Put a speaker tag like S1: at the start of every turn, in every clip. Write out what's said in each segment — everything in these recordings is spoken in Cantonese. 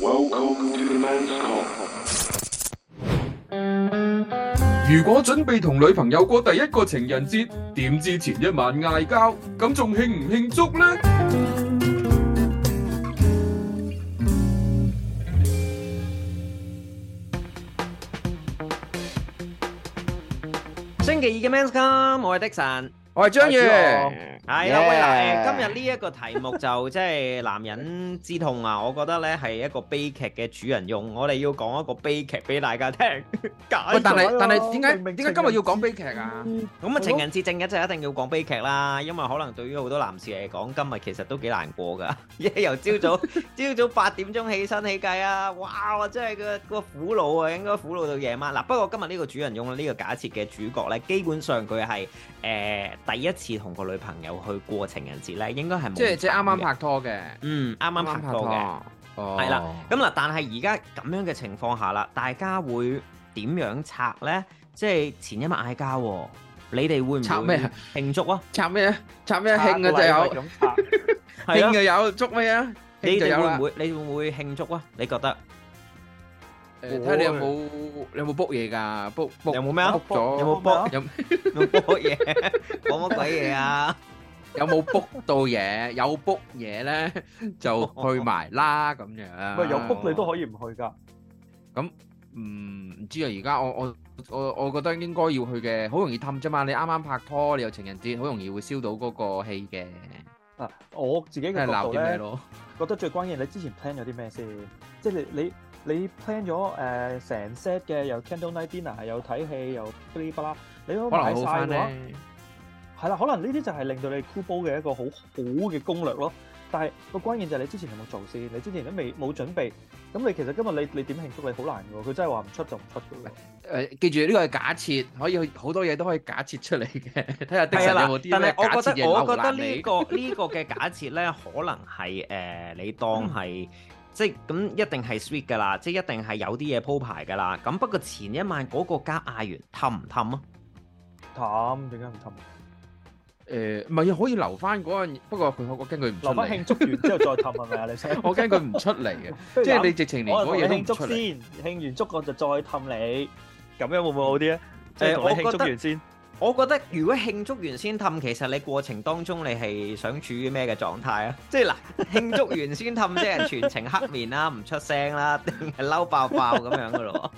S1: Welcome to the men's come.
S2: 如果準備同女朋友過第一個情人節，點知前一晚嗌交，咁仲慶唔慶祝呢？
S3: 星期二嘅 Men's Come，我係 Dixon，
S4: 我係張宇，
S3: 係啊，喂嗱，誒今日呢一個題目就即係男人之痛啊，我覺得咧係一個悲劇嘅主人翁，我哋要講一個悲劇俾大家聽。解
S4: 喂，但
S3: 咗
S4: 係
S3: 啦
S4: 但係點
S3: 明明
S4: 解點解今日
S3: 情
S4: 要講悲劇啊？
S3: 咁啊情人節正日就一定要講悲劇啦，因為可能對於好多男士嚟講，今日其實都幾難過㗎， 因為由朝 早朝早八點鐘起身起計啊，哇！我真係個個苦惱啊，應該苦惱到夜晚嗱。不過今日呢個主人翁呢、呢個假設嘅主角咧，基本上佢係誒第一次同個女朋友去過情人節咧，應該係冇
S4: 即係即係啱啱
S3: 慘嘅
S4: 拍拖嘅，
S3: 嗯啱啱拍拖嘅。
S4: 哦，
S3: 係啦咁嗱，但係而家咁樣嘅情況下啦，大家會點樣拆呢？即係前一晚嗌交喎，你哋會唔
S4: 拆咩啊
S3: 會慶祝 啊？
S4: 插咩啊？插咩啊？慶嘅就有，
S3: 係
S4: 慶
S3: 啊，
S4: 嘅有，捉咩啊？
S3: 你
S4: 慶就
S3: 哋
S4: 有
S3: 會
S4: 啦
S3: 唔。會？你會唔會慶祝啊？你覺得
S4: 誒睇下你有冇你有冇 book 嘢㗎？book book
S3: 有冇咩啊
S4: book 咗
S3: 有冇 book？
S4: 有
S3: 有冇講嘢？ 講乜鬼嘢啊？
S4: 有冇 book 到嘢？有 book 嘢咧 就去埋啦咁
S2: À.
S4: 樣。嗯，唔知啊，而家我我我我覺得應該要去嘅，好容易氹啫嘛。你啱啱拍拖，你有情人節，好容易會燒到嗰個氣嘅，
S5: À,
S4: 即係鬧啲咩咯？
S5: 覺得最關鍵，你之前 plan 咗啲咩先？即係你你你 plan 咗誒成 set 嘅，又 candle night dinner，又睇戲，又噼哩啪啦，你都
S4: 可能
S5: 買
S4: 好
S5: 曬
S4: 翻
S5: 嘅話，
S4: 咧。
S5: 係啦，可能呢啲就係令到你箍煲嘅一個好好嘅攻略咯。但係個關鍵就係你之前有冇做先？你之前都未冇準備，咁你其實今日你你點慶祝你好難嘅喎，佢真係話唔出就唔出嘅喎。
S4: 誒，記住呢個係假設，可以去好多嘢都可以假設出嚟 嘅。睇下的神有冇啲
S3: 但
S4: 咩
S3: 係
S4: 假
S3: 我
S4: 設
S3: 覺
S4: 嘢
S3: 得我
S4: 留
S3: 覺得
S4: 難
S3: 呢
S4: 你？
S3: 個呢個嘅假設咧，可能係誒你當
S4: 嗯
S3: 係即係咁一定係 sweet 㗎啦，即係一定係有啲嘢鋪排㗎啦。咁不過前一晚嗰個家嗌完氹唔氹啊？
S5: 氹點解唔氹？
S4: 誒，唔係啊可以留翻嗰樣，不過佢我驚佢唔出
S5: 留翻慶
S4: 嚟，
S5: 祝完之後再氹係咪啊？你想？
S4: 我驚佢唔出嚟嘅，即係你直情連
S5: 我
S4: 嗰
S5: 同你
S4: 嘢都
S5: 慶
S4: 唔
S5: 祝
S4: 出嚟。
S5: 先，慶完祝我就再氹你，咁樣會唔會好啲咧？即係
S3: 誒
S5: 同你慶
S3: 我覺
S5: 祝
S3: 得
S5: 完先。
S3: 我覺得如果慶祝完先氹，其實你過程當中你係想處於咩嘅狀態啊？ 即係嗱，慶祝完先氹，即係全程黑面啦， 唔出聲啦，定係嬲爆爆咁樣噶 咯？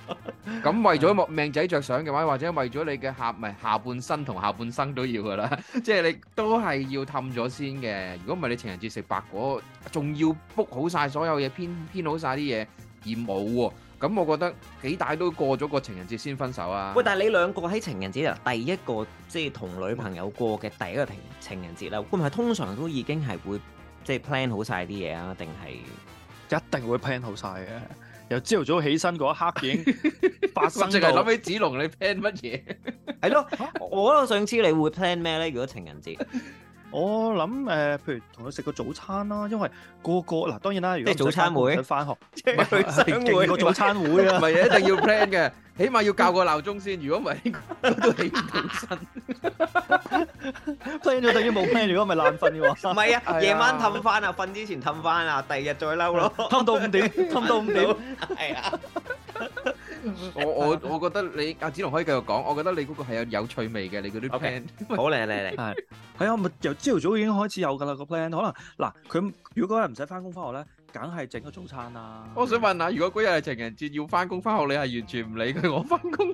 S4: 咁為咗命仔着想嘅話，或者為咗你嘅下唔係下半身同下半生都要噶啦， 即係你都係要氹咗先嘅。如果唔係你情人節食白果，仲要 book 好晒所有嘢，編編好晒啲嘢而冇喎，咁我覺得幾大都過咗個情人節先分手啊！
S3: 喂，但係你兩個喺情人節啊，第一個即係同女朋友過嘅第一個情情人節啦，會唔係通常都已經係會即係 plan 好晒啲嘢啊？定係
S6: 一定會 plan 好晒嘅。由朝頭早起身嗰一刻已經發
S4: 我
S6: 生
S4: 淨係
S6: 到，
S4: 諗起子龍，你 plan 乜嘢？
S3: 係咯？我我想知你會 plan 咩咧？如果情人節，
S6: 我諗誒、呃譬如同佢食個早餐啦，因為個個嗱當然啦，如果
S3: 即係早餐會
S6: 翻學，
S3: 即係去
S6: 係勁過早餐會
S4: 唔
S6: 啊！
S4: 係一定要 plan 嘅，起碼要校個鬧鐘先。如果唔係，都起唔到身。
S6: plan 咗等於冇 plan，如果咪爛瞓嘅
S3: 唔
S6: 話，
S3: 係啊，
S4: 啊
S3: 夜晚氹翻啊，瞓之前氹翻啊，第二日再嬲咯。
S6: 氹到五點，氹到五點。
S3: 係啊，
S4: 我我我覺得你阿子龍可以繼續講，我覺得你嗰個係有有趣味嘅，你嗰啲
S3: OK
S4: plan。
S3: 好嚟嚟嚟，
S6: 係啊，咪由朝頭早已經開始有㗎啦個 plan。可能嗱，佢如果嗰日唔使翻工翻學咧，梗係整個早餐啦。
S4: 我想問下，啊如果嗰日係情人節要翻工翻學，你係完全唔理佢我翻工？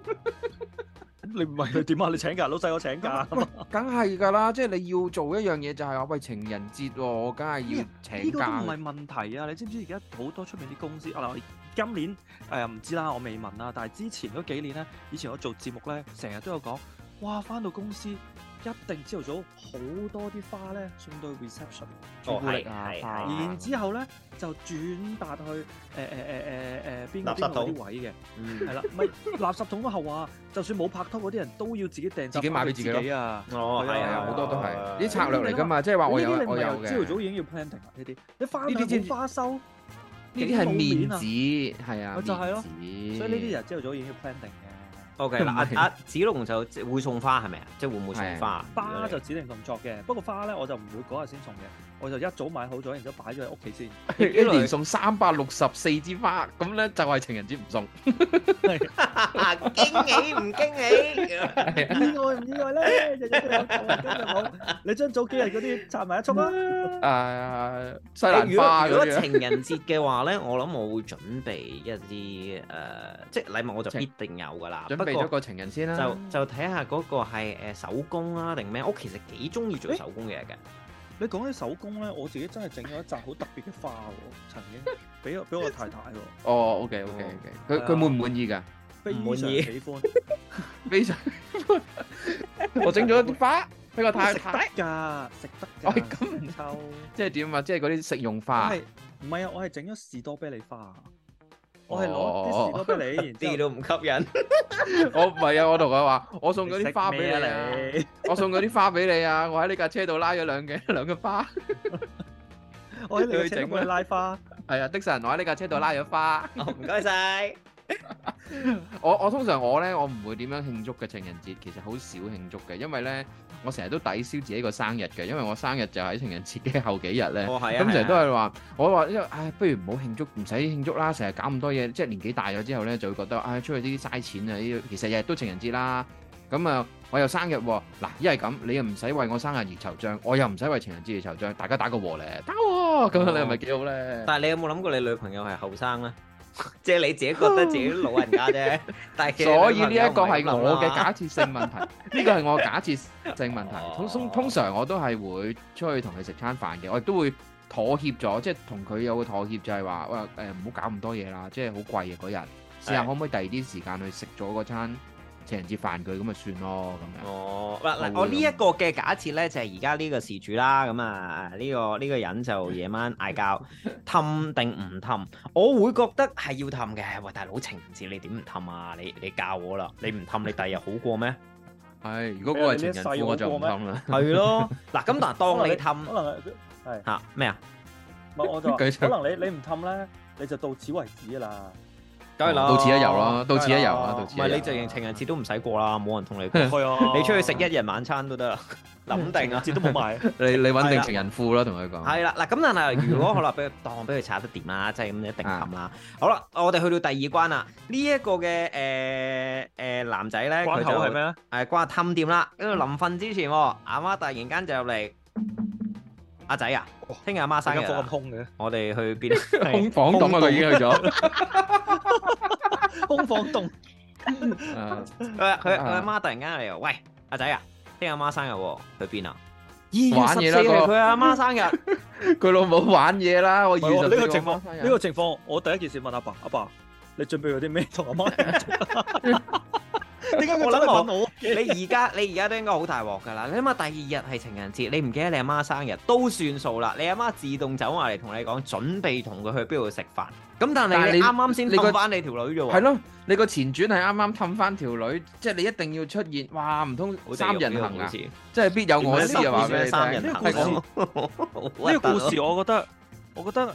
S6: 你唔係佢 點啊？你請假，老細我請假。
S4: 梗係㗎啦，即係你要做一樣嘢就係話，喂情人節喎，我梗係 要
S6: 呢
S4: 請
S6: 個都
S4: 假
S6: 唔。係問題啊！你知唔知而家好多出面啲公司啊？嗱，今年誒唔知啦，我未問啦。但係之前嗰幾年咧，以前我做節目咧，成日都有講，哇！翻到公司一定朝頭早好多啲花咧送到 reception，
S3: 哦
S6: 朱古力啊
S3: 係係
S6: 花，
S3: 係
S6: 然之後咧就轉達去誒誒呃誒誒誒邊個
S3: 垃圾
S6: 邊個
S3: 桶
S6: 嗰啲位嘅，
S3: 嗯，
S6: 係啦，咪垃圾桶嗰後話，就算冇拍拖嗰啲人都要自己訂
S4: 自己買俾自己咯
S6: 啊！
S3: 哦，係
S4: 係
S3: 啊，
S4: 啊，好多都係呢啲
S3: 呢
S4: 策略嚟㗎嘛，即係啊話我有
S6: 呢啲你唔
S4: 我
S6: 係
S4: 有
S6: 由
S4: 嘅。
S6: 朝頭早已經要 planning 啦，呢啲你翻
S4: 呢啲知唔
S6: 去
S4: 知
S6: 冇花收，呢
S4: 呢啲係面子，係啊，啊
S6: 咪就係咯
S4: 面子嗯
S6: 所以呢啲人朝頭早已經要 planning 嘅。
S3: O K 嗱，阿阿子龍就會送花係咪啊？即係會唔會送花？
S6: 花就指定動作嘅，不過花咧我就唔會嗰日先送嘅，我就一早買好咗，然之後擺咗喺屋企先。
S4: 一年送三百六十四支花，咁咧就係情人節唔 送。
S3: 驚喜唔 驚喜？
S4: 啊
S6: 意外唔意外咧？日日都有，今日冇。你將早幾日嗰啲插埋一束啊啦。
S4: 嗯誒西
S3: 誒
S4: 蘭
S3: 如果
S4: 花
S3: 如果
S4: 嗰啲啊
S3: 情人節嘅話咧，我諗我會準備一啲誒、呃即係禮物我就
S4: 情
S3: 必定有噶啦。
S4: 準
S3: 不
S4: 備咗
S3: 過
S4: 個情人先啦。
S3: 就就睇下嗰個係誒手工啊定咩？我其實幾中意做
S6: 誒
S3: 手工嘢嘅。
S6: 你講起手工咧，我自己真係整咗一扎好特別嘅花喎，曾經俾我俾我太太喎，
S4: 哦，OK OK OK，佢佢滿唔滿意㗎？
S6: 非
S3: 唔滿
S6: 常
S3: 意
S6: 喜 歡。
S4: 非常， 我整咗啲花俾個太 太，
S6: 食得㗎，食得
S4: 我
S6: 㗎。
S4: 哎哦咁唔
S6: 抽，
S4: 即係點啊？即係嗰啲食用
S6: 我
S4: 花。
S6: 係唔係啊？我係整咗士多啤梨花，我係攞啲士多啤梨，然之後
S3: 啲都唔吸引，
S4: 我唔係啊！我同佢 話，我送咗啲花俾你啊！
S6: 你食咩啊
S4: 我送咗啲花俾你啊！我喺你架車度拉咗兩嘅 兩個花，
S6: 你我喺你嘅車度幫你拉花，
S4: 係啊，的神，我喺你架車度拉咗花。
S3: 哦唔該晒。
S4: 我我通常我咧，我唔會點樣慶祝嘅情人節，其實好少慶祝嘅，因為咧，我成日都抵消自己個生日嘅，因為我生日就喺情人節嘅後幾日咧。
S3: 哦係啊，
S4: 咁成日
S3: 啊
S4: 都係話，我話因為唉，不如唔好慶祝，唔使慶祝啦，成日搞咁多嘢，即係年紀大咗之後咧，就會覺得唉，出去啲嘥錢啊！呢啲其實日日都情人節啦，咁啊，我又生日喎，嗱，一係咁，你又唔使為我生日而惆悵，我又唔使為情人節而惆悵，大家打個和咧，得喎，咁樣你係咪幾好咧？
S3: 但係你有冇諗過你女朋友係後生 咧？即係你自己覺得自己老人家啫，但係其實
S4: 所以
S3: 你
S4: 呢
S3: 女朋友
S4: 一個
S3: 唔係咁
S4: 係
S3: 諗
S4: 我嘅
S3: 啦
S4: 假設性 問題，呢個係我假設性問題。
S3: 哦
S4: 通通通常我都係會出去同佢食餐飯嘅，我亦都會妥協咗，即係同佢有個妥協就係話，喂誒唔好搞咁多嘢啦，即係好貴啊嗰日，試下
S3: 係
S4: 可唔可以第二啲時間去食咗嗰餐情人節飯佢咁咪算咯咁樣。
S3: 哦，嗱嗱，
S4: 我
S3: 我
S4: 會
S3: 呢一個嘅假設咧，就係而家呢個事主啦，咁啊呢個呢個人就夜晚嗌交，氹定唔氹？我會覺得係要氹嘅。喂，大佬情人節你點唔氹啊？你你教我啦，你唔氹你第日好過咩？
S4: 係，如果嗰個係情人節我就唔氹啦。
S3: 係咯，嗱咁但係當你
S5: 可
S3: 氹
S5: 能係係
S3: 嚇咩啊？
S5: 唔係我就話
S4: 繼續
S5: 可能你你唔氹咧，你就到此為止㗎啦。
S3: 梗係啦，
S4: 到此一遊啦，到此一遊啦，到
S3: 唔
S4: 此一
S3: 係你
S4: 遊。
S3: 直情情人節都唔使過啦，冇人同你過。
S5: 係 啊
S3: 你出去食一日晚餐都得 啦，諗定啊！
S5: 節都冇 埋。
S4: 你你揾
S3: 係
S4: 定
S3: 啦
S4: 情人褲啦，同佢講。
S3: 係啦，嗱咁但係如果好啦，俾佢當俾佢查得掂啦， 即係咁一定冚啦。好啦，我哋去到第二關啦。呢一個嘅誒誒男仔咧，佢
S5: 關
S3: 就
S5: 口係咩咧？
S3: 誒關口氹掂啦。跟住臨瞓之前喎，阿媽突然間就入嚟，阿仔啊，聽日阿媽生日
S5: 間房
S3: 啊
S5: 咁，空嘅，
S3: 我哋去邊？
S4: 空房棟啊，佢已經去咗。
S5: 空房洞。
S4: 啊
S3: 佢佢佢阿媽突然間嚟喎，喂，阿仔啊，聽日阿媽生日喎，去邊啊？二月
S4: 玩
S3: 十
S4: 嘢
S3: 四
S4: 啦
S3: 係
S4: 嗰個
S3: 佢阿媽生日，
S4: 佢老母玩嘢啦，我二
S5: 唔係喎
S4: 十
S5: 呢個情況，
S4: 況
S5: 呢個情況，我第一件事問阿爸：阿爸，你準備咗啲咩同阿 媽 慶祝？點解佢
S3: 我
S5: 真係
S3: 諗我
S5: 問我？
S3: 你而家 你而家都應該好大鑊㗎啦！你諗下第二日係情人節，你唔記得你阿媽生日都算數啦。你阿媽自動走埋嚟同你講，準備同佢去邊度食飯。咁但
S4: 但係
S3: 係
S4: 你
S3: 你啱啱先
S4: 你個
S3: 氹翻你條女啫
S4: 係
S3: 喎。
S4: 咯，你個前傳係啱啱氹翻條女，即係你一定要出現，哇！唔通三人行啊，
S3: 呢
S4: 即係必有我師啊！話俾你
S3: 三
S4: 聽，
S3: 人行
S5: 呢個故事，
S3: 啊呢
S6: 呢個故事我覺得，我覺得誒、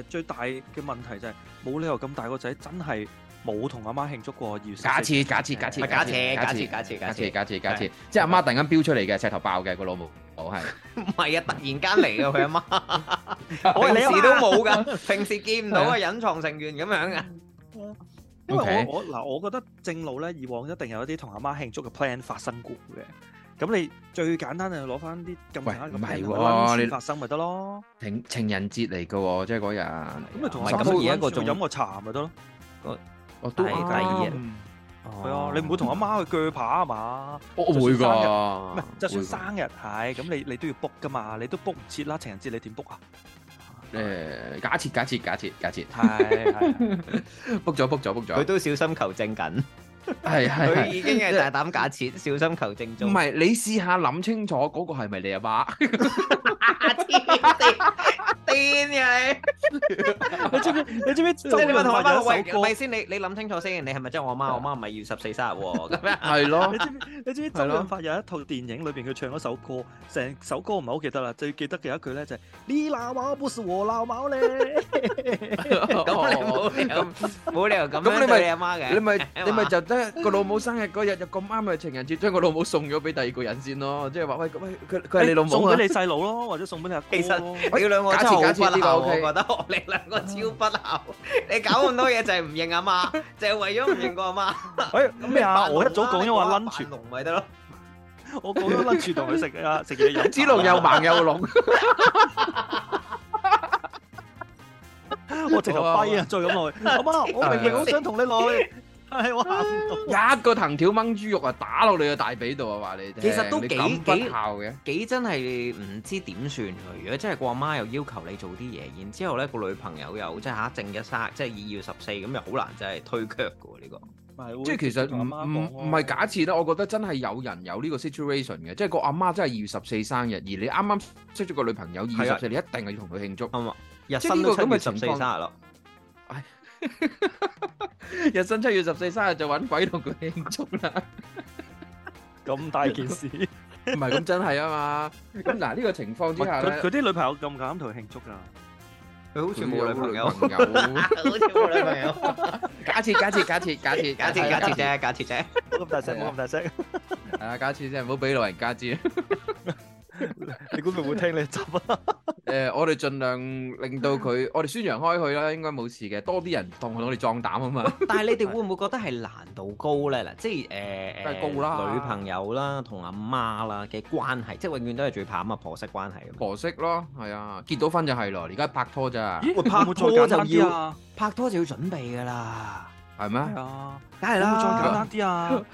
S4: 啊
S6: 最大嘅問題就係、冇理由咁大個仔真係冇同阿媽慶祝過二月十四
S4: 假設假設假設
S3: 假設假設假
S4: 假設
S3: 設
S4: 假
S3: 假
S4: 設
S3: 設
S4: 假設假設，即係阿媽突然間飆出嚟嘅，石頭爆嘅個老母，好係
S3: 唔係啊，突然間嚟㗎佢 阿媽，平時都冇㗎，平時見唔到啊，隱藏成員咁樣啊。
S6: 因為
S4: OK
S6: 我我嗱，我覺得正路咧，以往一定有一啲同阿媽慶祝嘅 plan 發生過嘅。咁你最簡單就係攞翻啲咁簡單
S4: 喂
S6: 嘅
S4: 唔係
S6: plan
S4: 喎
S6: 同
S4: 你
S6: 先發生咪得咯。
S4: 情情人節嚟嘅喎，即係嗰日，
S6: 咁咪同阿
S3: 唔係咁
S6: 媽
S3: 而家
S6: 嗰
S3: 個
S6: 個
S3: 仲
S6: 飲個茶咪得咯。
S4: 我都
S3: 係第二日
S6: 係啊，你唔會同阿媽去鋸扒啊嘛。
S4: 哎我會
S6: 唔
S4: 㗎
S6: 係，，就算生日係咁，你你都要 book 噶嘛，你都 book 唔切啦。情人節你點 book 啊？
S4: 誒假設假設假設假設
S6: 係係
S4: book 咗 book 咗 book
S3: 佢
S4: 咗，
S3: 都小心求證緊，
S4: 係係
S3: 佢
S4: 係。
S3: 已經係大膽假設，小心求證
S4: 唔
S3: 中。
S4: 係，你試下諗清楚嗰個係咪你阿 媽？
S5: 你知唔知？
S3: 癲嘅你！
S5: 你知唔知？即
S3: 即係你咪同我媽
S5: 有
S3: 喂
S5: 一首，歌
S3: 咪先？你你諗清楚先，你係咪真係我媽？我媽唔係二十四生日喎，咁樣
S4: 係咯
S6: 你。知唔知？你知唔知周
S4: 係咯
S6: 潤發有一套電影裏邊佢唱嗰首歌，成首歌唔係好記得啦，最記得嘅一句咧就係你鬧貓不是我鬧貓咧。
S4: 咁
S3: 咁你冇咁冇理由咁
S4: 咁你咪
S3: 樣對你阿媽嘅。
S4: 你咪
S3: 嘛
S4: 你咪就得個老母生日嗰日就咁啱係情人節，將個老母送咗俾第二個人先咯，即係話喂喂佢佢係你老母
S6: 送
S4: 啊
S6: 俾！你細佬咯，或者送俾你阿哥
S3: 其實
S6: 咯。
S3: 你兩個真係好不
S4: 假設假設呢個
S3: 孝，我
S4: OK
S3: 覺得我哋兩個超不孝。你搞咁多嘢就係唔認阿媽，就係為咗唔認個阿媽。
S6: 誒咩啊？
S3: 扮
S6: 我一早講咗
S3: 龍啦
S6: 話
S3: 你
S6: lunch，
S3: 扮龍咪得咯。
S6: 我講咗 lunch 同佢食啊食嘢飲茶。
S4: 子龍又盲又聾，
S6: 我直頭跛啊！再咁落去，阿媽，我明明好想同你落 去，但係我行唔到。
S4: 一個藤條掹豬肉啊，打落你個大髀度啊！話你聽
S3: 其實都
S4: 你
S3: 幾
S4: 咁不孝嘅，
S3: 幾真係唔知點算佢。如果真係個阿媽又要求你做啲嘢，然之後咧個女朋友又即係嚇正一生，即係二月十四咁，又好難真係推卻嘅喎呢個。
S4: 即係其實唔唔唔係假設啦，我覺得真係有人有呢個 situation 嘅，即係個阿媽真係二月十四生日，而你啱啱識咗個女朋友二月十四，你一定係要同佢慶祝。
S3: 日
S4: 即係
S3: 新
S4: 呢個
S3: 都七
S4: 咁嘅
S3: 月十
S4: 情
S3: 四
S4: 況
S3: 生日咯，
S4: 日新七月十四生日就揾鬼同佢慶祝啦。
S6: 咁大件事，
S4: 唔係咁真係啊嘛。咁嗱呢個情況之下
S6: 佢
S4: 咧
S6: 佢，啲女朋友咁敢同佢慶祝㗎？
S3: 佢好似冇女朋友，
S4: 佢
S3: 好
S4: 有女朋友
S3: 似冇女 朋友。
S4: 假設假設假設假設
S3: 假設假設啫，假設啫。
S6: 冇咁大聲，冇咁大聲。
S4: 係啊假設啫，唔好俾老人家知。
S6: 你估佢會聽你執啊？
S4: 誒，我哋盡量令到佢，我哋宣揚開佢啦，應該冇事嘅。多啲人當我哋壯膽啊嘛。
S3: 但係你哋會唔會覺得係難度高咧？嗱，即係誒誒
S4: 梗係高啦
S3: 女朋友啦同阿媽啦嘅關係，即係永遠都係最怕咁啊婆媳關係咁。
S4: 婆媳咯，係啊，結到婚就係咯，而家拍拖咋，
S6: 咦，
S3: 拍
S6: 會唔會
S3: 拖
S6: 再
S3: 就
S6: 簡單啲
S3: 要
S6: 啊？
S3: 拍拖就要準備㗎啦，
S4: 係 咩？
S6: 係啊，
S3: 梗
S6: 會
S3: 係
S6: 唔會再
S3: 啦。
S6: 簡單啲啊？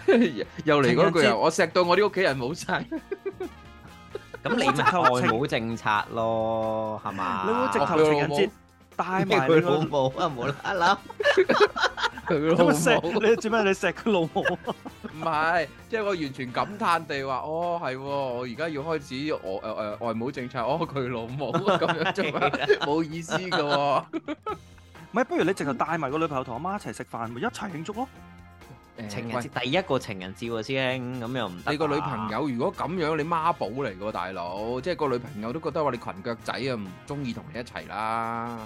S4: 又嚟嗰句
S6: 情人
S4: 啊！
S6: 節
S4: 我錫到我啲屋企人冇 晒，
S3: 咁你咪外母政策咯，係嘛？
S6: 你 會直
S4: 哦
S6: 頭
S4: 佢
S6: 情人
S4: 老母
S6: 節帶埋你
S3: 佢老
S6: 個
S3: 母啊，無啦 啦。
S4: 佢老
S6: 咁錫
S4: 母
S6: 你做咩？你錫佢老母？
S4: 唔係，即係我完全感嘆地話，哦係喎，我而家要開始我誒誒外母政策，哦佢老母咁樣做咩？冇意思嘅喎。
S6: 唔係，不如你直頭帶埋個女朋友同阿媽一齊食飯，咪一齊慶祝咯。
S4: Ờ,
S3: 情人節第一個情人節喎，師兄咁又唔得。
S4: 你個女朋友如果咁樣，你媽寶嚟嘅喎，大佬，即係個女朋友都覺得話你裙腳仔啊，唔中意同你一齊啦，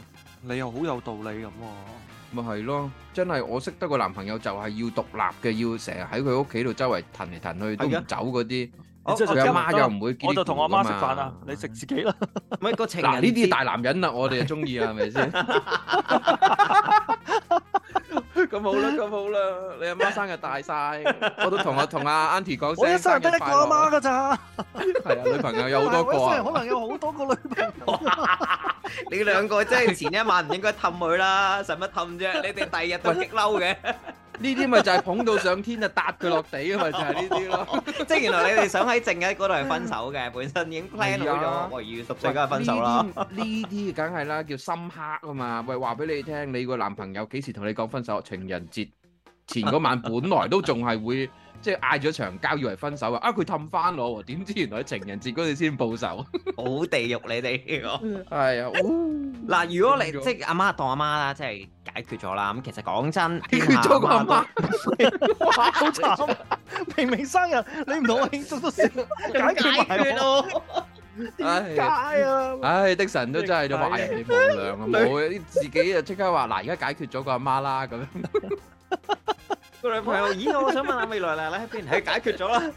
S6: 你又好有道理咁喎。
S4: 咪係咯，真係我識得個男朋友就係要獨立嘅，要成日喺佢屋企度周圍騰嚟騰去都
S3: 係啊
S4: 唔走嗰啲，
S3: 我，
S6: 即係
S4: 佢
S6: 今日
S4: 阿
S6: 得
S4: 媽又
S6: 啦
S4: 唔會見
S6: 我就同我阿媽食飯
S4: 啊
S6: 啊，，你食自己啦。
S3: 唔係個情人
S4: 嗱呢啲
S3: 節
S4: 大男人啦，我哋就中意啦，係咪先？咁好啦，咁好啦，你阿媽生日大晒，我都同我同阿 Auntie 講聲，
S6: 我一世人得一個阿媽
S4: 噶，
S6: 㗎咋，
S4: 係啊，女朋友有好多個
S6: 我一世
S4: 啊
S6: 人可。能有好多個女朋友。
S3: 你兩個真係前一晚唔應該氹佢啦，使乜氹啫？你哋第二日都激嬲嘅，
S4: 呢啲咪就係捧到上天就搭佢落地啊嘛，就係呢啲 咯。
S3: 即係原來你哋想喺正日嗰度係分手嘅，本身已經 plan 好
S4: 係啊
S3: 咗，我二月十四梗係分手啦。
S4: 呢啲。呢啲梗係啦，叫深刻啊嘛。喂，話俾你聽，你個男朋友幾時同你講分手？情人節前嗰晚，本來都仲係會即係嗌咗場交，以為分手啊。啊，佢氹翻我喎，點知原來喺情人節嗰陣先報仇。
S3: 好地獄你哋呢
S4: 係 啊，
S3: 個嗱，如果你
S4: 咁樣
S3: 即係阿媽當阿媽啦，即係解決咗啦。咁其實講 真，
S4: 解決咗個阿媽，
S6: 哇，好慘！明明生日，你唔同我慶祝都成，解決
S3: 解決
S6: 埋我。
S3: 咯。
S6: 點解啊？
S4: 唉，的神都真係就話人哋無 良啊，冇自己啊就即刻話嗱，而家解決咗個阿媽啦咁樣。
S3: 個女朋友，咦？我想問下未來奶奶喺邊？係解決咗啦。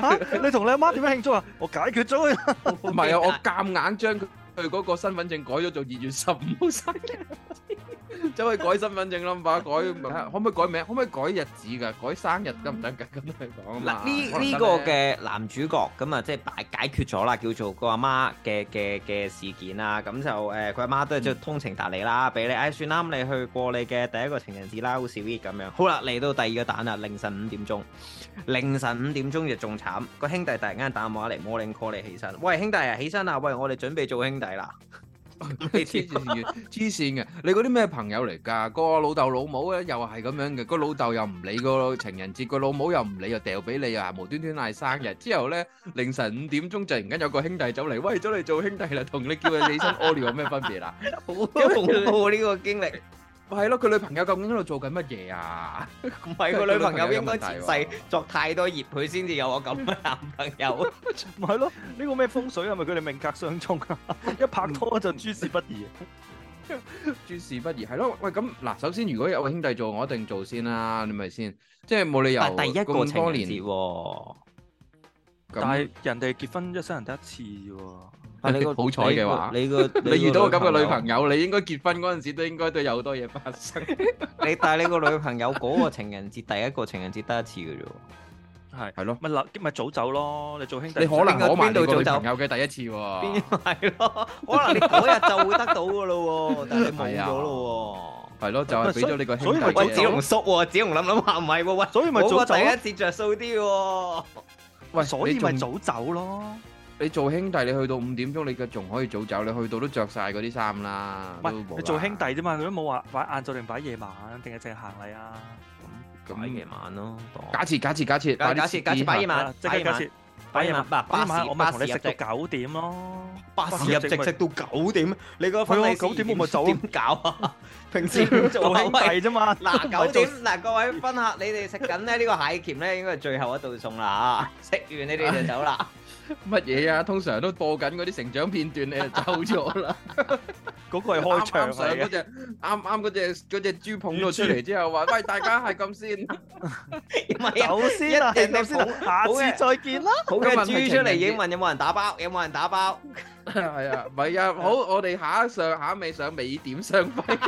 S6: 嚇！你同你阿媽點樣慶祝啊？我解決咗佢。
S4: 唔係啊，我夾硬將佢嗰個身份證改咗做二月十五號 生日，走去改身份證 number，改可唔可以改名？可唔可以改日子㗎？改生日得唔得㗎？咁嚟講啊嘛
S3: 嗱，呢呢個嘅男主角咁啊，即係解解決咗啦，叫做個阿媽嘅嘅嘅事件啦。咁就誒，佢阿媽都係即係通情達理啦，俾你，唉，算啦，咁你去過你嘅第一個情人節啦，好 sweet 咁樣。好啦，嚟到第二個蛋啦，凌晨五點鐘，凌晨五點鐘就仲慘，個兄弟突然間打電話嚟 morning call 你起身，喂兄弟啊，起身啊，喂，我哋準備做兄弟 啦。
S4: 黐線嘅，黐線嘅，你嗰啲咩朋友嚟㗎？個老豆老母咧又係咁樣嘅，個老豆又唔理個情人節，個老母又唔理，又掉俾你啊，無端端嗌生日。之後咧凌晨五點鐘突然間有個兄弟走嚟，喂，走嚟做兄弟啦，同你叫佢起身屙尿有咩分別啊？
S3: 好恐怖呢個經歷，
S4: 係咯，佢女朋友究竟喺度做緊乜嘢啊？
S3: 唔係 個女朋友應該前世作太多孽，佢先至有我咁嘅男朋友。
S6: 咪啊 係咯，呢個咩風水係咪佢哋命格相沖啊？一拍拖就諸事不宜。
S4: 諸事不宜係咯。喂，咁嗱，首先如果有位兄弟做，我一定做先啦，你咪先，即係冇理由
S3: 但係第一個
S4: 咁
S3: 情
S4: 多
S3: 人
S4: 年
S3: 節喎，
S6: 但
S4: 咁。
S6: 係人哋結婚一生人得一次啫喎。
S3: 但係你個
S4: 好彩嘅話
S3: 你個
S4: 你遇到個咁嘅女
S3: 友
S4: 朋友，你應該結婚嗰陣時都應該都有好多嘢發生。
S3: 你但係你個女朋友嗰個情人節，第一個情人節得一次嘅啫喎。
S6: 係
S4: 係咯，
S6: 咪嗱咪早走咯？你做兄弟，
S4: 你可能
S3: 邊個
S4: 攞埋你
S3: 邊度
S4: 個女
S3: 做
S4: 朋友嘅第一次喎
S3: 邊。係咯？可能你嗰日就會得到嘅咯喎，但係你冇咗咯
S4: 係咯，就係俾咗你個兄弟
S6: 所
S3: 喎。
S6: 以
S3: 喂，
S6: 咪
S3: 子
S4: 嘅。
S3: 龍叔喎，子龍諗諗下唔係喎，喂，
S6: 所以咪
S3: 我
S6: 早
S3: 個
S6: 走
S3: 第
S6: 咯。
S3: 一節着數啲喎。
S4: 喂，
S6: 所以
S4: 你
S6: 咪早
S4: 仲
S6: 走咯。
S4: 你做兄弟，你去到五點鐘，你嘅仲可以早走，你去到都着晒嗰啲衫啦。
S6: 唔
S4: 都冇
S6: 係
S4: 啦
S6: 你做兄弟啫嘛，佢都冇話擺晏晝定擺夜晚，定係淨係行禮啊？
S3: 擺夜晚咯，
S4: 假設假設假設，
S3: 假
S4: 擺啲
S3: 假
S4: 設
S3: 設假設
S4: 置
S3: 擺夜
S4: 下
S3: 晚，
S6: 即
S3: 擺
S6: 係
S3: 夜
S6: 假
S3: 晚，
S6: 設
S3: 擺夜晚，嗱
S6: 擺
S3: 哎巴
S6: 夜晚，
S3: 士
S6: 啊我咪
S3: 巴
S6: 同你
S3: 士入
S6: 食
S3: 職，
S6: 到九點咯。
S3: 巴士入職食到九點，你個婚
S6: 係
S3: 禮
S6: 喎九點我咪走咯
S3: 點搞啊？平時唔做
S6: 做
S3: 啊
S6: 兄弟
S3: 喂
S6: 啫嘛。
S3: 嗱，
S6: 唔係
S3: 九點嗱，各位分客，你哋食緊咧呢個蟹鉗咧，應該係最後一道餸啦嚇，食完你哋就走 啦。
S4: 乜嘢啊？通常都播緊嗰啲成長片段，你就走咗啦。
S6: 嗰個係啊開場
S4: 啱
S3: 哎
S4: 啱上
S6: 嚟
S4: 嗰
S6: 嘅，
S4: 隻，啱啱嗰隻嗰隻豬捧咗出嚟之後，話喂大家係咁先。
S3: 唔 係啊，
S6: 走先啦，
S3: 一定
S6: 走先啦，下
S3: 好啊嘅
S6: 次再 見啦。
S3: 好嘅
S4: 嘅
S3: 豬出嚟已經
S4: 啊情人節
S3: 問有冇人打包，有冇人打包？
S4: 係啊，唔係啊，好，我哋下一上下一尾上尾點 相輝。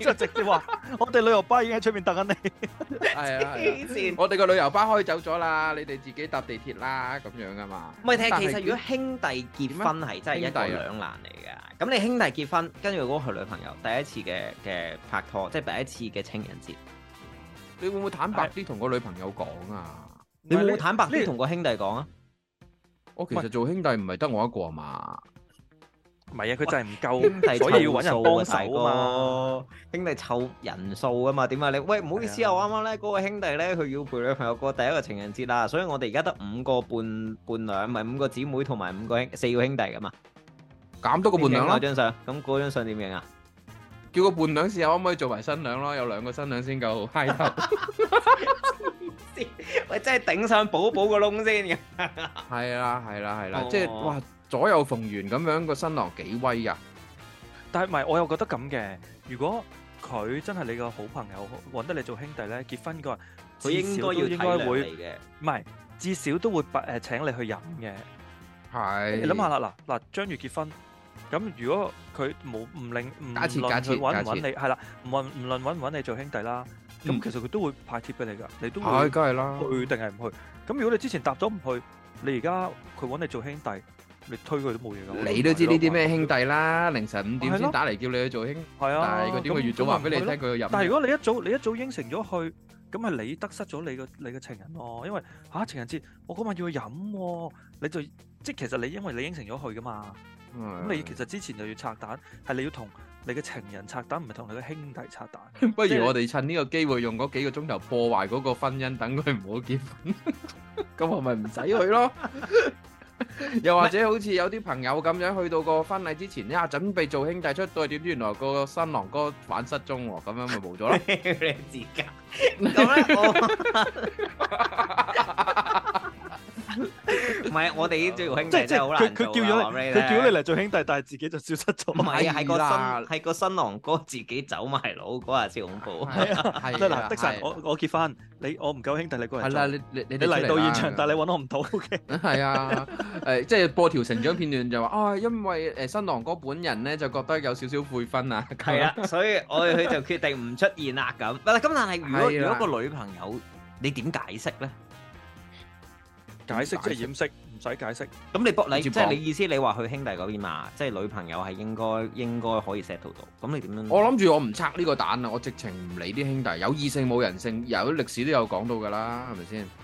S6: 之後直接話：我哋旅遊巴已經喺出面等緊你。
S4: 係啊，係啊
S3: 黐線！
S4: 我哋個旅遊巴開走咗啦，你哋自己搭地鐵啦，咁樣噶嘛。
S3: 唔係，其實
S4: 但
S3: 其實
S4: 係
S3: 如果兄弟結婚係真係一
S4: 兄弟
S3: 個
S4: 啊
S3: 兩難嚟㗎。咁你兄弟結婚，跟住嗰個係女朋友第一次嘅嘅拍拖，即係第一次嘅情人節，
S4: 你會唔會坦白啲同個女朋友講啊？
S3: 你會唔會
S6: 睇？
S3: 坦白啲
S6: 呢
S3: 同個兄弟講啊？
S4: 我其實做兄弟唔係得我一個啊嘛。
S6: 唔係啊，佢就係唔
S3: 兄弟
S6: 夠，所以要
S3: 湊
S6: 揾人
S3: 數
S6: 幫
S3: 啊，大
S6: 手啊嘛。
S3: 哥！兄弟湊人數啊嘛，點啊你？喂，唔好意思啊，
S6: 係
S3: 我
S6: 啊
S3: 啱啱咧嗰個兄弟咧，佢要陪女朋友過第一個情人節啦，所以我哋而家得五個伴伴娘，咪五個姊妹同埋五個兄四個兄弟噶嘛。
S4: 減多個伴娘
S3: 影
S4: 啦
S3: 嗰，張相，咁嗰張相點 影啊？
S4: 叫個伴娘試下可唔可以做埋新娘咯？有兩個新娘先夠 high
S6: 啊
S4: 頭。
S3: 喂，真係頂上補補個窿先嘅。
S4: 係啦，係啦，係啦
S3: 哦，
S4: 即係哇左右逢源咁樣個新郎幾威啊！
S6: 但係唔係，我又覺得咁嘅。如果佢真係你個好朋友，揾得你做兄弟咧，結婚嘅話，
S3: 佢
S6: 至
S3: 應
S6: 少
S3: 該
S6: 都
S3: 要體
S6: 應該會
S3: 諒你嘅。
S6: 唔係，至少都會誒請你去飲嘅。
S4: 係
S6: 你諗下啦，嗱嗱，張月結婚，咁如果佢冇唔令唔
S4: 假設
S6: 論
S4: 假設
S6: 佢揾唔
S4: 假
S6: 揾
S4: 設
S6: 你，係啦，唔論唔論揾唔揾你做兄弟啦，咁
S4: 嗯
S6: 其實佢都會派貼俾你噶，你都會
S4: 係
S6: 去
S4: 梗係啦，
S6: 定係唔去。咁如果你之前答咗唔去，你而家佢揾你做兄弟，你推佢都冇嘢噶。
S4: 你都知呢啲咩兄弟啦，凌晨五點
S6: 係咯
S4: 先打嚟叫你去做兄弟，
S6: 係啊，
S4: 佢點會
S6: 咁
S4: 越早
S6: 咁
S4: 話
S6: 咪
S4: 俾你
S6: 唔去
S4: 聽
S6: 咯
S4: 佢去飲？
S6: 但係如果你一早你一早應承咗去，咁係你得失咗你個你嘅情人咯，因為嚇、情人節我嗰晚要去飲喎、你就即係其實你因為你應承咗去噶嘛，咁你
S4: 係
S6: 其實之前就要拆彈，係你要同你嘅情人拆彈，唔係同你嘅兄弟拆彈。
S4: 不如我哋趁呢個機會用嗰幾個鐘頭破壞嗰個婚姻，等佢唔好結婚， 咁我咪唔使去咯。 又或者好似有啲朋友咁樣，去到個婚禮之前，呀準備做兄弟出到去，點知原來個新郎哥玩失蹤喎，咁樣咪冇咗啦。
S3: 你 自家咁咧，我唔係我哋呢啲做兄弟真係好難做啊我話俾聽
S6: 嚟做兄弟，但係自己就消失咗
S3: 唔係啊，係個
S4: 係啦
S3: 新係個新郎哥自己走埋佬嗰下先恐怖。
S4: 係
S6: 即係嗱，的神，我我結婚，你我唔夠兄弟，你過嚟
S4: 係
S6: 做
S4: 啦，。你你你
S6: 你嚟到現場，但係
S4: 係
S6: 你揾我唔到嘅。
S4: 係啊，誒，即係播條成長片段就話啊，因為誒新郎哥本人咧就覺得有少少悔婚啊，
S3: 係啦， 所以我哋佢就決定唔出現啦咁。唔係咁，但係如果
S4: 係
S3: 如
S4: 啦
S3: 果個女朋友，你點解釋咧？
S6: 解釋即係掩飾，唔使解釋。
S3: 咁你博你即
S4: 直接
S3: 係
S4: 講
S3: 你意思，你話佢兄弟嗰邊嘛，即係女朋友係應該應該可以 settle 到。咁你點樣？
S4: 嗯我諗住我唔拆呢個蛋啊！我直情唔理啲兄弟，有異性冇人性，有歷史都有講到㗎啦，係咪先？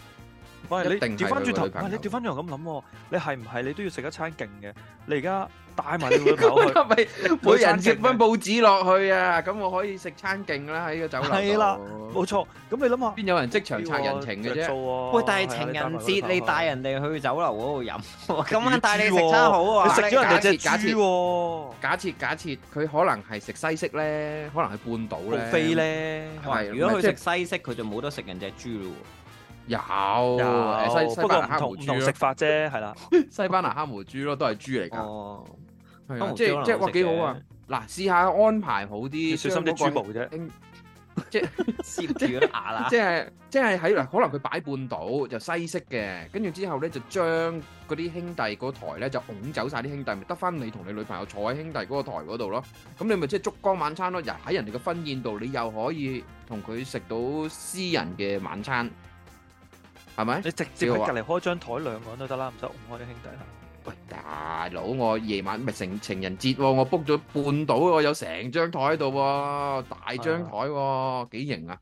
S6: 喂，
S4: 一
S6: 你
S4: 定係
S6: 調翻轉頭，
S4: 佢女朋
S6: 喂，
S4: 友
S6: 你調翻轉頭咁諗喎，你係唔係你都要食一餐勁嘅？你而家帶埋你女朋友去，
S4: 咪每人接份報紙落去啊！咁我可以食餐勁啦喺個酒樓度。
S6: 係啦冇錯。咁你諗下，
S4: 邊有人即場拆人情嘅
S6: 着數
S4: 啫？
S6: 喎
S3: 喂，但係
S6: 係啊
S3: 情
S6: 你帶
S3: 人節
S6: 埋佢女朋友
S3: 你
S6: 去
S3: 帶人哋去酒樓嗰度飲喎，今
S6: 魚
S3: 晚帶你
S6: 豬
S3: 食餐好
S6: 你
S3: 啊！
S6: 食咗人哋隻
S4: 假設
S6: 豬喎，
S4: 假設假設佢可能係食西式咧，可能係半島咧，
S6: 無非咧。
S3: 哇
S4: 係
S3: 如果佢
S4: 即係
S3: 食西式，佢就冇得食人隻豬咯
S4: 有
S6: 有
S4: 誒西西
S6: 不過
S4: 班
S6: 唔
S4: 牙黑
S6: 同
S4: 毛
S6: 唔同
S4: 豬
S6: 食
S4: 咯，
S6: 法啫，係啦。
S4: 西班牙黑毛豬咯，都係豬嚟
S3: 喎。
S4: 㗎，
S3: 哦，
S4: 係
S3: 黑
S4: 啊
S3: 毛
S4: 即
S3: 豬
S4: 係即
S3: 可
S4: 係
S3: 能好
S4: 哇
S3: 食
S4: 幾好啊
S3: 嘅！
S4: 嗱，試下安排好啲，
S6: 要小心
S4: 將
S6: 啲
S4: 嗰
S6: 珠
S4: 個
S6: 毛啫。
S4: 興
S3: 攝住個牙啦
S4: 即。係即係喺嗱，可能佢擺半島就西式嘅，跟住之後咧就將嗰啲兄弟嗰台咧就拱走晒啲兄弟，咪得翻你同你女朋友坐喺兄弟嗰個台嗰度咯。咁你咪即係燭光晚餐咯，又喺人哋嘅婚宴度，你又可以同佢食到私人嘅晚餐，係咪？
S6: 你直接喺隔離開張台兩個人都得啦，唔使拱開啲兄弟啦。
S4: 喂，大佬，我夜晚咪成情人節喎，我 book 咗半島，我有成張台喺度喎，大張台喎，幾型啊！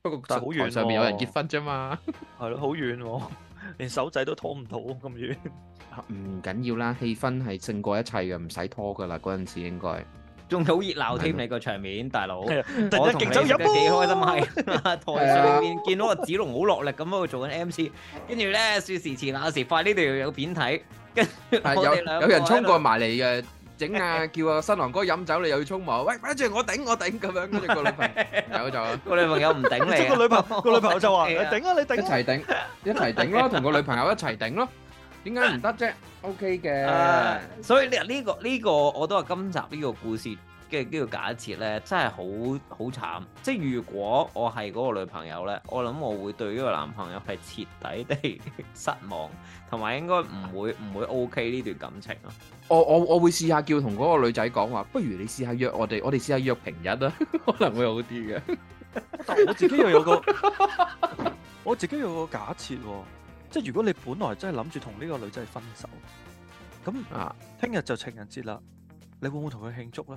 S4: 不過
S6: 但係好遠
S4: 台上面有人
S6: 喎
S4: 結婚啫嘛。
S6: 係咯，好遠 喎，連手仔都拖唔到咁遠。
S4: 唔緊要啦，氣氛係勝過一切嘅，唔使拖噶啦。嗰陣 時應該
S3: 仲好熱鬧添，你個場面，大 佬。
S6: 係啊
S3: 我同你
S6: 突然間敬酒
S3: 食
S6: 飲
S3: 得幾開心啊
S6: 杯，
S3: 係。 台
S6: 啊
S3: 上面見到阿子龍好落力咁喺度做緊 MC，跟住咧説時遲那時快，呢度又有片睇，跟住
S4: 係
S3: 我哋兩
S4: 有
S3: 個
S4: 有人衝
S3: 喺度
S4: 過埋嚟嘅，整啊叫啊新郎哥飲酒，你又要衝我，喂，跟住我頂我頂咁樣，跟住個女朋 友就
S3: 個女朋友唔頂
S6: 即
S3: 你
S6: 係個
S3: 啊，
S6: 女朋友個女朋友就話：你
S3: 係啊
S6: 頂啊，你
S4: 一
S6: 頂啊！
S4: 齊頂，一齊頂 咯，同個女朋友一齊頂咯。點解唔得啫？OK 嘅
S3: 啊，所以呢呢個呢個我都話今集呢個故事嘅呢個假設咧，真係好好慘。即係如果我係嗰個女朋友咧，我諗我會對呢個男朋友係徹底地 失望，同埋應該唔會唔會 OK 呢段感情咯。
S4: 我我我會試下叫同嗰個女仔講話，不如你試下約我哋，我哋試下約平日啦， 可能會好啲嘅。
S6: 但我自己又有個， 我自己有個假設喎、即係如果你本來真係諗住同呢個女仔分手，咁
S4: 啊
S6: 聽日就情人節啦，你會唔會同佢慶祝咧？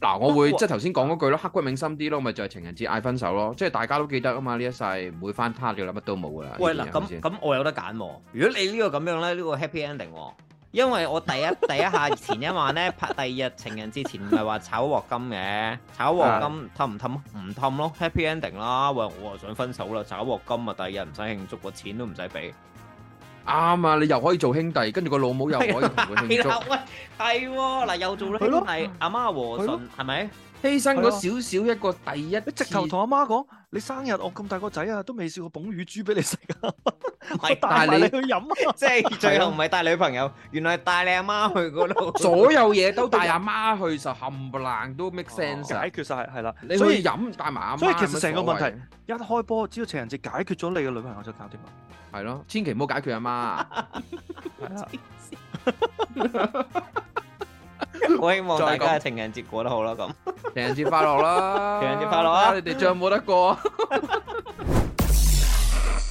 S4: 嗱，我會
S6: 哇
S4: 即係頭先講嗰句咯，刻骨銘心啲咯，咪就係情人節嗌分手咯，即係大家都記得啊嘛，呢一世唔會翻撻嘅啦，乜都冇噶啦。
S3: 喂
S4: 啊呢啲
S3: 嗱，
S4: 嘢係咪
S3: 咁
S4: 先
S3: 咁我有得揀喎。如果你呢個咁樣咧，呢、個 happy ending 喎，因為我第一第一下前一晚咧拍第二日情人節前唔係話炒鑊金嘅，炒鑊金氹唔氹唔氹咯，happy ending 啦。喂，我啊想分手啦，炒鑊金啊，第二日唔使慶祝，個錢都唔使俾。
S4: 啱啊！你又可以做兄弟，跟住個老母又可以同佢慶
S3: 係啊
S4: 祝
S3: 啦，，喂，係喎，嗱又做咗
S6: 係咯
S3: 兄弟，阿媽和
S6: 係咯
S3: 順係咪？
S4: 犧牲咗少少一個第一
S6: 你直
S4: 次
S6: 頭同阿媽講，你生日我咁大個仔啊，都未試過捧乳豬俾你 食啊，我
S3: 係
S6: 帶
S4: 但係
S6: 埋
S4: 你
S6: 你去飲 啊！
S3: 即係最後唔係帶女朋友，原來係帶你阿媽去嗰度。
S4: 所有嘢都帶阿媽去，就冚唪唥都 make
S6: 哦解
S4: sense。啊
S6: 決晒係啦，
S4: 你
S6: 所
S4: 去
S6: 以
S4: 飲帶埋阿媽，
S6: 所以其實成個
S4: 有乜所謂
S6: 問一開波，只要情人節解決咗你嘅女朋友就搞掂啦。
S4: 係咯，千祈唔好解決阿媽。
S6: 係啦，
S3: 我希望大
S4: 再
S3: 家
S4: 講
S3: 嘅情人節過得好啦咁。
S4: 情人節快樂啦！
S3: 情人節快樂啊
S4: 睇下你哋仲有冇得過？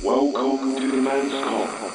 S1: Welcome to the man's call.